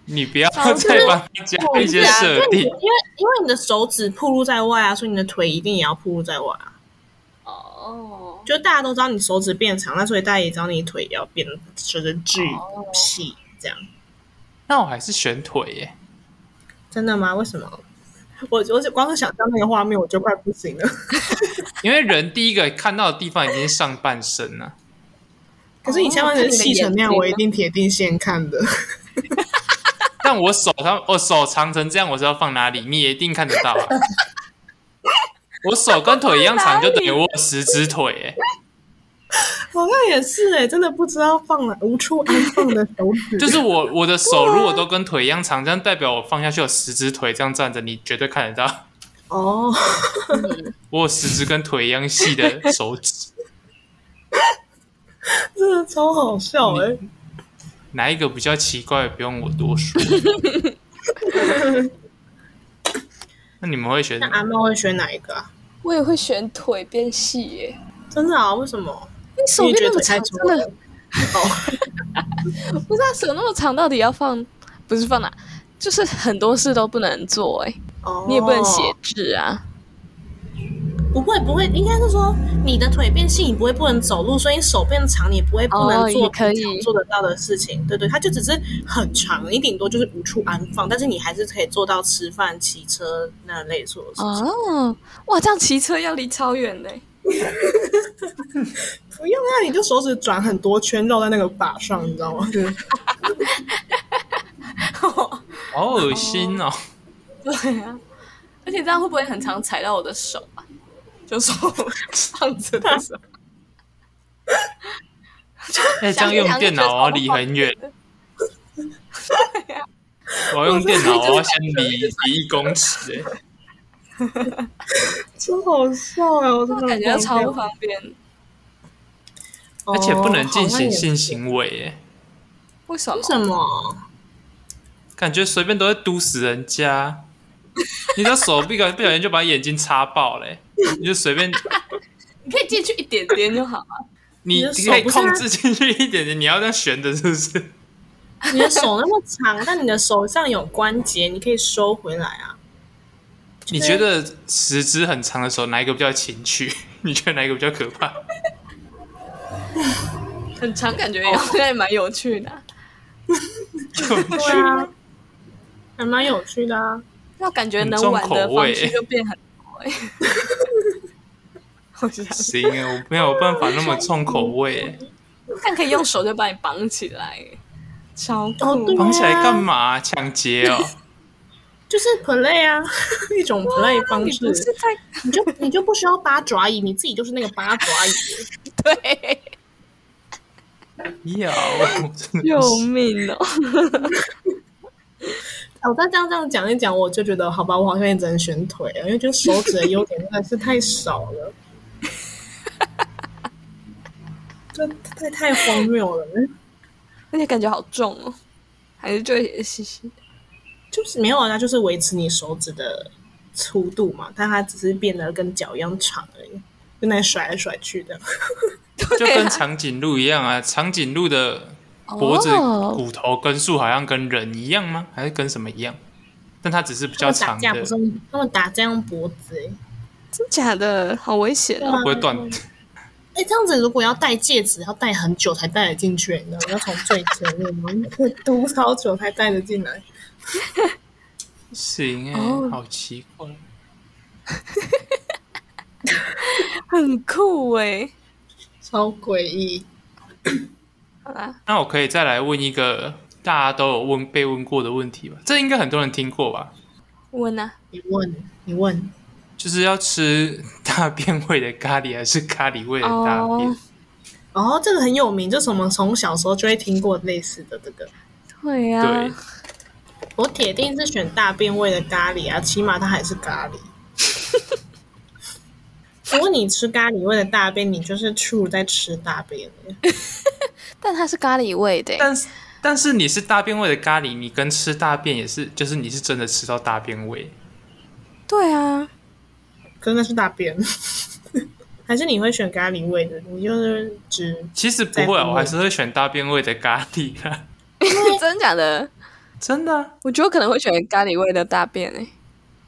Speaker 2: 你不要
Speaker 1: 哦
Speaker 3: 长裤
Speaker 2: 再帮他加 [laughs] 一些设
Speaker 1: 啊因为你因
Speaker 2: 定，
Speaker 1: 为因为你的手指暴露在外啊，所以你的腿一定也要暴露在外啊。
Speaker 3: 哦，
Speaker 1: 就大家都知道你手指变长，那所以大家也知道你腿也要变随着巨细这样。
Speaker 2: 那我还是选腿耶、
Speaker 1: 真的吗？为什么？我我光是想象那个画面，我就快不行了。
Speaker 2: 因为人第一个看到的地方已经是上半身了、
Speaker 1: 可是你下半身细成那样，
Speaker 3: 哦
Speaker 1: 我一定铁定先看的。
Speaker 2: 但我手它我手长成这样，我是要放哪里？你也一定看得到啊。我手跟腿一样长，就等于我有十只腿耶、
Speaker 1: 好像也是哎、真的不知道放了无处安放的手指，
Speaker 2: [laughs] 就是我我的手如果都跟腿一样长，这样代表我放下去有十只腿这样站着，你绝对看得到
Speaker 1: 哦，
Speaker 2: 我有十只跟腿一样细的手指。 [laughs]
Speaker 1: 真的超好笑哎、
Speaker 2: 哪一个比较奇怪？不用我多说。那你们会选
Speaker 1: 那
Speaker 2: 什么？
Speaker 1: 阿猫会选哪一个啊？
Speaker 3: 我也会选腿变细耶。
Speaker 1: 真的啊？为什么？
Speaker 3: 你手
Speaker 1: 你
Speaker 3: 变
Speaker 1: 觉
Speaker 3: 那
Speaker 1: 得
Speaker 3: 么
Speaker 1: 腿太
Speaker 3: 长，
Speaker 1: 粗
Speaker 3: 真的
Speaker 1: 了？哦，
Speaker 3: [laughs] 不是啊，手那么长，到底要放不是放哪？就是很多事都不能做哎、
Speaker 1: 哦
Speaker 3: 你也不能写字啊。
Speaker 1: 不会不会，应该是说你的腿变细，你不会不能走路，所以你手变长，你也不会不能
Speaker 3: 哦
Speaker 1: 做
Speaker 3: 也可以
Speaker 1: 平常做得到的事情。对对，它就只是很长，你顶多就是无处安放，但是你还是可以做到吃饭、骑车那类所有事情。
Speaker 3: 哦，哇，这样骑车要离超远嘞、
Speaker 1: 不用啊，你就手指转很多圈绕在那个把上，你知道吗？
Speaker 2: 好恶心哦！
Speaker 3: [laughs] 对啊，而且这样会不会很常踩到我的手啊？就手放着的
Speaker 1: [laughs]
Speaker 3: 时候，
Speaker 2: 哎、这样用电脑我要离很远， [laughs] 我要用电脑我要先离离一公尺、哎，
Speaker 1: 真好笑哎、我真的
Speaker 3: 感觉超不方便。
Speaker 1: 哦
Speaker 2: 而且不能进
Speaker 1: 好哦像
Speaker 2: 行
Speaker 1: 也
Speaker 2: 性行为、哎，
Speaker 3: 为什么
Speaker 1: 为？什么？
Speaker 2: 感觉随便都会嘟死人家。你的手不小不小心就把眼睛插爆嘞、你就
Speaker 1: [laughs]
Speaker 2: 随便，
Speaker 3: 你可以进去一点点就好啊了。
Speaker 2: 你
Speaker 1: 你的
Speaker 2: 你
Speaker 1: 手
Speaker 2: 可以
Speaker 1: 不是
Speaker 2: 控
Speaker 1: 啊
Speaker 2: 制进去一点点，你要这样悬着是不是？
Speaker 1: 你的手那么长，但你的手上有关节，你可以收回来啊。
Speaker 2: 你觉得十指很长的手哪一个比较情趣？ [laughs] 你觉得哪一个比较可怕？
Speaker 3: 很长，感觉也
Speaker 1: 哦
Speaker 3: [laughs] 好像也蛮有趣的啊、
Speaker 2: 就
Speaker 1: 对啊，还蛮有趣的啊。
Speaker 3: 那感觉能玩的方式就变很多、欸。 [laughs] 我想，
Speaker 2: 行，欸我没有办法那么重口味，欸
Speaker 3: 但可以用手就把你绑起来，超
Speaker 1: 哦
Speaker 3: 酷！
Speaker 1: 对
Speaker 2: 绑起来干嘛？抢劫哦！
Speaker 1: 就是 play 啊， [laughs] 一种 play 方
Speaker 3: 你
Speaker 1: 式
Speaker 3: 不，是在
Speaker 1: 你就你就不需要八爪椅，你自己就是那个八爪椅。
Speaker 3: [laughs] 对？
Speaker 2: 要，真
Speaker 3: 救
Speaker 2: 的是
Speaker 3: 命哦！
Speaker 1: 哦，但这样这样讲一讲，我就觉得好吧，我好像也只能选腿了，因为觉得手指的优点真的是太少了，这太太荒谬了，
Speaker 3: 而且感觉好重哦，还是就会嘻嘻。
Speaker 1: 就是没有啊，它就是维持你手指的粗度嘛，但它只是变得跟脚一样长而已，就那甩来甩去的。
Speaker 2: 就跟长颈鹿一样啊，长颈鹿的脖子
Speaker 3: 哦
Speaker 2: 骨头根数好像跟人一样吗？还是跟什么一样？但它只是比
Speaker 1: [laughs] 他
Speaker 2: 较
Speaker 1: 们打
Speaker 2: 长
Speaker 1: 架
Speaker 2: 的
Speaker 1: 不，是用他们打架用脖子、欸，
Speaker 3: 真假的，好危险
Speaker 1: 对
Speaker 3: 哦！
Speaker 1: 啊
Speaker 2: 不会断。
Speaker 1: 哎、这样子如果要戴戒指，要戴很久才戴得进去，你知道吗？要从最前面，然后 [laughs] 读超久才戴得进来。
Speaker 2: 行哎、
Speaker 3: 哦
Speaker 2: 好奇怪。
Speaker 3: 很酷哎、
Speaker 1: 超诡异。
Speaker 3: 好啦，
Speaker 2: 那我可以再来问一个大家都有问被问过的问题吧？这应该很多人听过吧？
Speaker 3: 问啊，
Speaker 1: 你问，你问，
Speaker 2: 就是要吃大便味的咖喱，还是咖喱味的大便
Speaker 3: 哦
Speaker 1: 哦，这个很有名，就是我们从小时候就会听过类似的这个。
Speaker 3: 对呀、
Speaker 2: 对
Speaker 3: 啊，，
Speaker 1: 我铁定是选大便味的咖喱啊，起码它还是咖喱。 [laughs] 如果你吃咖喱味的大便，你就是 true 在吃大便了。
Speaker 3: 但它是咖喱味的欸、
Speaker 2: 但是但是你是大便味的咖喱，你跟吃大便也是，就是你是真的吃到大便味。
Speaker 3: 对啊，
Speaker 1: 可是那是大便， [laughs] 还是你会选咖喱味的？你就是只
Speaker 2: 其实不会
Speaker 1: 在
Speaker 2: 啊，
Speaker 1: 乎
Speaker 2: 我还是会选大便味的咖喱
Speaker 3: [laughs]
Speaker 2: 啦，
Speaker 3: 真假的，
Speaker 2: 真的啊。
Speaker 3: 我觉得我可能会选咖喱味的大便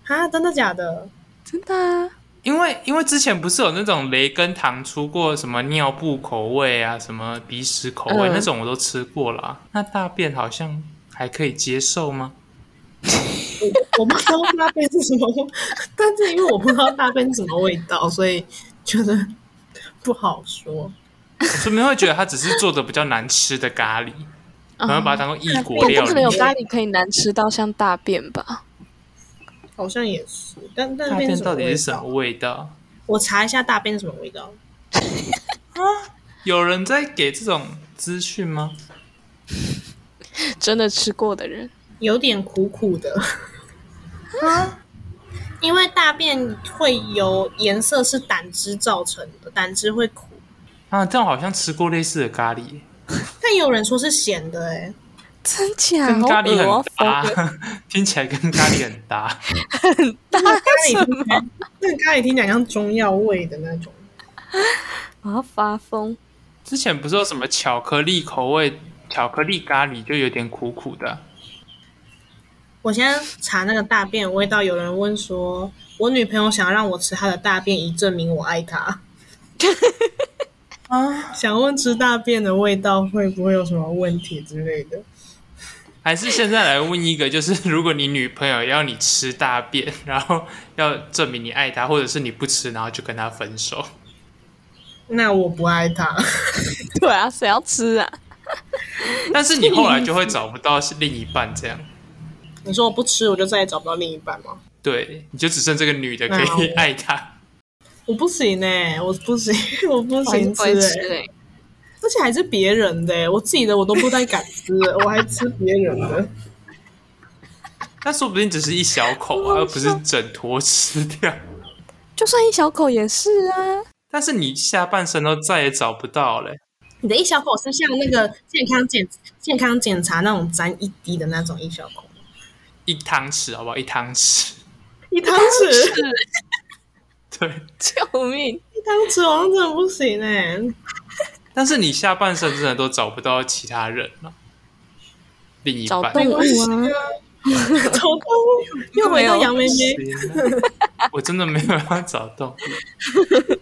Speaker 3: 哎、
Speaker 1: 啊，真的假的？
Speaker 3: 真的啊，
Speaker 2: 因为因为之前不是有那种雷根糖出过什么尿布口味啊，什么鼻屎口味、
Speaker 3: 嗯
Speaker 2: 那种我都吃过啦。那大便好像还可以接受吗？
Speaker 1: 我我不知道大便是什么，但是因为我不知道大便是什么味道，所以觉得不好说。
Speaker 2: 我顺便会觉得它只是做的比较难吃的咖
Speaker 3: [laughs]
Speaker 2: 喱，然后把它当做异国
Speaker 3: 但
Speaker 2: 料
Speaker 3: 哦不可能
Speaker 2: 理
Speaker 3: 有。咖喱可以难吃到像大便吧？
Speaker 1: 好像也是，但但
Speaker 2: 大便到底是
Speaker 1: 什
Speaker 2: 什
Speaker 1: 么
Speaker 2: 么
Speaker 1: 味道？
Speaker 2: 味道？
Speaker 1: 我查一下大便是什么味道。
Speaker 2: 有人在给这种资讯吗？
Speaker 3: 真的吃过的人，
Speaker 1: 有点苦苦的。 [laughs] 因为大便会有颜色是胆汁造成的，胆汁会苦。
Speaker 2: 啊，这样好像吃过类似的咖喱，
Speaker 1: 但也有人说是咸的、欸，
Speaker 3: 真假？
Speaker 2: 跟咖喱
Speaker 3: 好恶
Speaker 2: 很
Speaker 3: 哦疯
Speaker 2: 搭
Speaker 3: 了，
Speaker 2: [laughs] 听起来跟咖喱很搭。
Speaker 1: 哎，咖喱听起来，那个咖喱听起来像中药味的那种。
Speaker 3: 我要发疯。
Speaker 2: 之前不是有什么巧克力口味巧克力咖喱，就有点苦苦的。啊
Speaker 1: 我现在查那个大便的味道，有人问说，我女朋友想让我吃她的大便，以证明我爱 [laughs] 她。啊，想问吃大便的味道会不会有什么问题之类的？
Speaker 2: 还是现在来问一个，就是 [laughs] 如果你女朋友要你吃大便，然后要证明你爱她，或者是你不吃，然后就跟她分手，
Speaker 1: 那我不爱她。
Speaker 3: 对啊，谁要吃啊？
Speaker 2: 但是你后来就会找不到另一半，这样
Speaker 1: 你说我不吃，我就再也找不到另一半吗？
Speaker 2: 对，你就只剩这个女的可以
Speaker 1: 嗯
Speaker 2: 爱她。
Speaker 1: 我不行哎、我不行， [laughs] 我不
Speaker 3: 我还是
Speaker 1: 行
Speaker 3: 不
Speaker 1: 吃
Speaker 3: 会吃
Speaker 1: 哎、
Speaker 3: 哎、
Speaker 1: 而且还是别人的、欸，我自己的我都不太敢 [laughs] 吃，我还吃别人的。
Speaker 2: 那说不定只是一小口啊，而不是整坨吃掉。
Speaker 3: 就算一小口也是啊。
Speaker 2: 但是你下半身都再也找不到了。
Speaker 1: 你的一小口是像那个健康检健康检查那种沾一滴的那种一小口，
Speaker 2: 一汤匙，好不好？一汤匙， [laughs]
Speaker 1: 一汤匙，
Speaker 2: 对，
Speaker 3: 救命！
Speaker 1: 一汤匙好像真的不行哎、
Speaker 2: 但是你下半生真的都找不到其他人了，另一
Speaker 3: 找
Speaker 2: 半
Speaker 3: 动物啊，
Speaker 1: [laughs] 头痛，又回到杨梅梅。
Speaker 2: 行啊我真的没有办法找动物。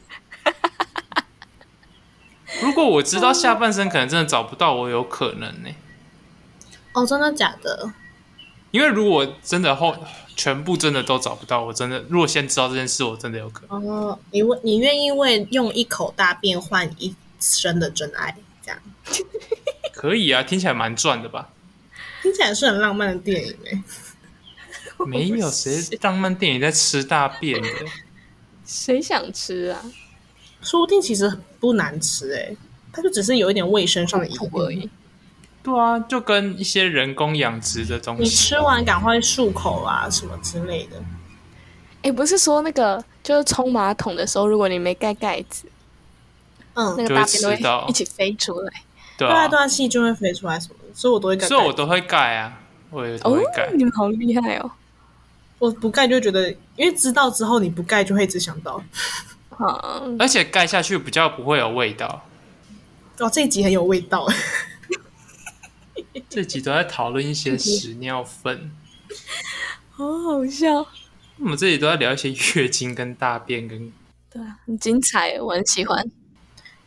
Speaker 2: 如果我知道下半身可能真的找不到，我有可能呢、
Speaker 1: 哦，真的假的？
Speaker 2: 因为如果真的后全部真的都找不到，我真的如果先知道这件事，我真的有可能。
Speaker 1: 哦，你为你愿意为用一口大便换一生的真爱，这样
Speaker 2: 可以啊，听起来蛮赚的吧？
Speaker 1: 听起来是很浪漫的电影哎、
Speaker 2: 没有谁浪漫电影在吃大便的，
Speaker 3: 谁想吃啊？
Speaker 1: 说不定其实不难吃哎、它就只是有一点卫生上的疑
Speaker 3: 吐而
Speaker 1: 问。
Speaker 3: 已。
Speaker 2: 对啊，就跟一些人工养殖的东
Speaker 1: 你
Speaker 2: 西
Speaker 1: 吃完赶快漱口啊，什么之类的。
Speaker 3: 哎，不是说那个就是冲马桶的时候，如果你没盖盖子，
Speaker 1: 嗯，
Speaker 3: 那
Speaker 1: 对
Speaker 3: 个大便都
Speaker 2: 就会吃到
Speaker 3: 会一起飞出来。
Speaker 2: 对
Speaker 1: 啊
Speaker 2: 啊，
Speaker 1: 对啊，细菌会飞出来什么的，所以我都会盖
Speaker 2: 所以我
Speaker 1: 盖。
Speaker 2: 都会盖啊，我也都
Speaker 3: 哦
Speaker 2: 会盖。，
Speaker 3: 你们好厉害哦！
Speaker 1: 我不盖就会觉得，因为知道之后你不盖就会一直想到。
Speaker 3: 好，
Speaker 2: 而且盖下去比较不会有味道。
Speaker 1: 哦，这一集很有味道。 [laughs]
Speaker 2: 这集都在讨论一些屎尿粪，
Speaker 3: 好好笑。
Speaker 2: 我们这里都在聊一些月经跟大便跟。
Speaker 3: 对啊，很精彩，我很喜欢。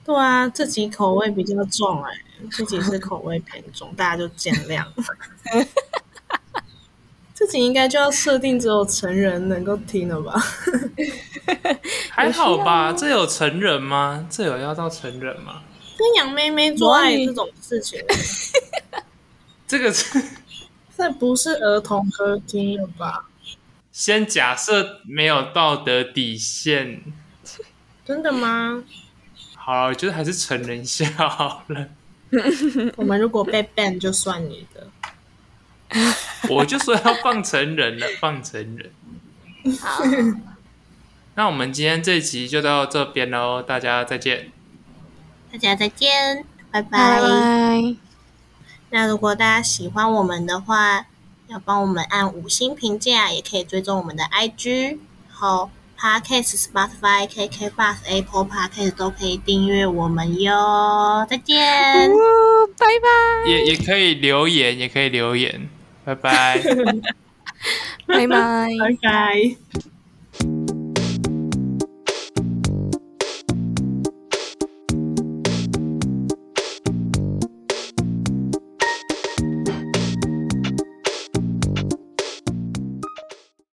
Speaker 1: 对啊，这集口味比较重哎、这集是口味偏重，大家就见谅。 [laughs] 这集应该就要设定只有成人能够听了吧？
Speaker 2: 还好
Speaker 3: 啊
Speaker 2: 吧？这有成人吗？这有要到成人吗？
Speaker 1: 跟杨妹妹做爱这种事情，
Speaker 2: 这个是 [laughs]
Speaker 1: 这不是儿童合听了吧？
Speaker 2: 先假设没有道德底线，
Speaker 1: 真的吗？
Speaker 2: 好了，我觉得还是成人一下好了。
Speaker 1: 我们如果被 ban 就算你的。
Speaker 2: 我就说要放成人了，放成人。
Speaker 3: 好，
Speaker 2: 那我们今天这集就到这边喽，大家再见。
Speaker 1: 大家再见，拜
Speaker 3: 拜拜。
Speaker 1: 那如果大家喜欢我们的话，要帮我们按五星评价，也可以追踪我们的 IG，然后 Podcast、Spotify、KK Bus、Apple Podcast 都可以订阅我们哟。再见。
Speaker 3: 哦拜拜，
Speaker 2: 也也可以留言，也可以留言，拜拜。
Speaker 3: 拜拜。
Speaker 1: 拜。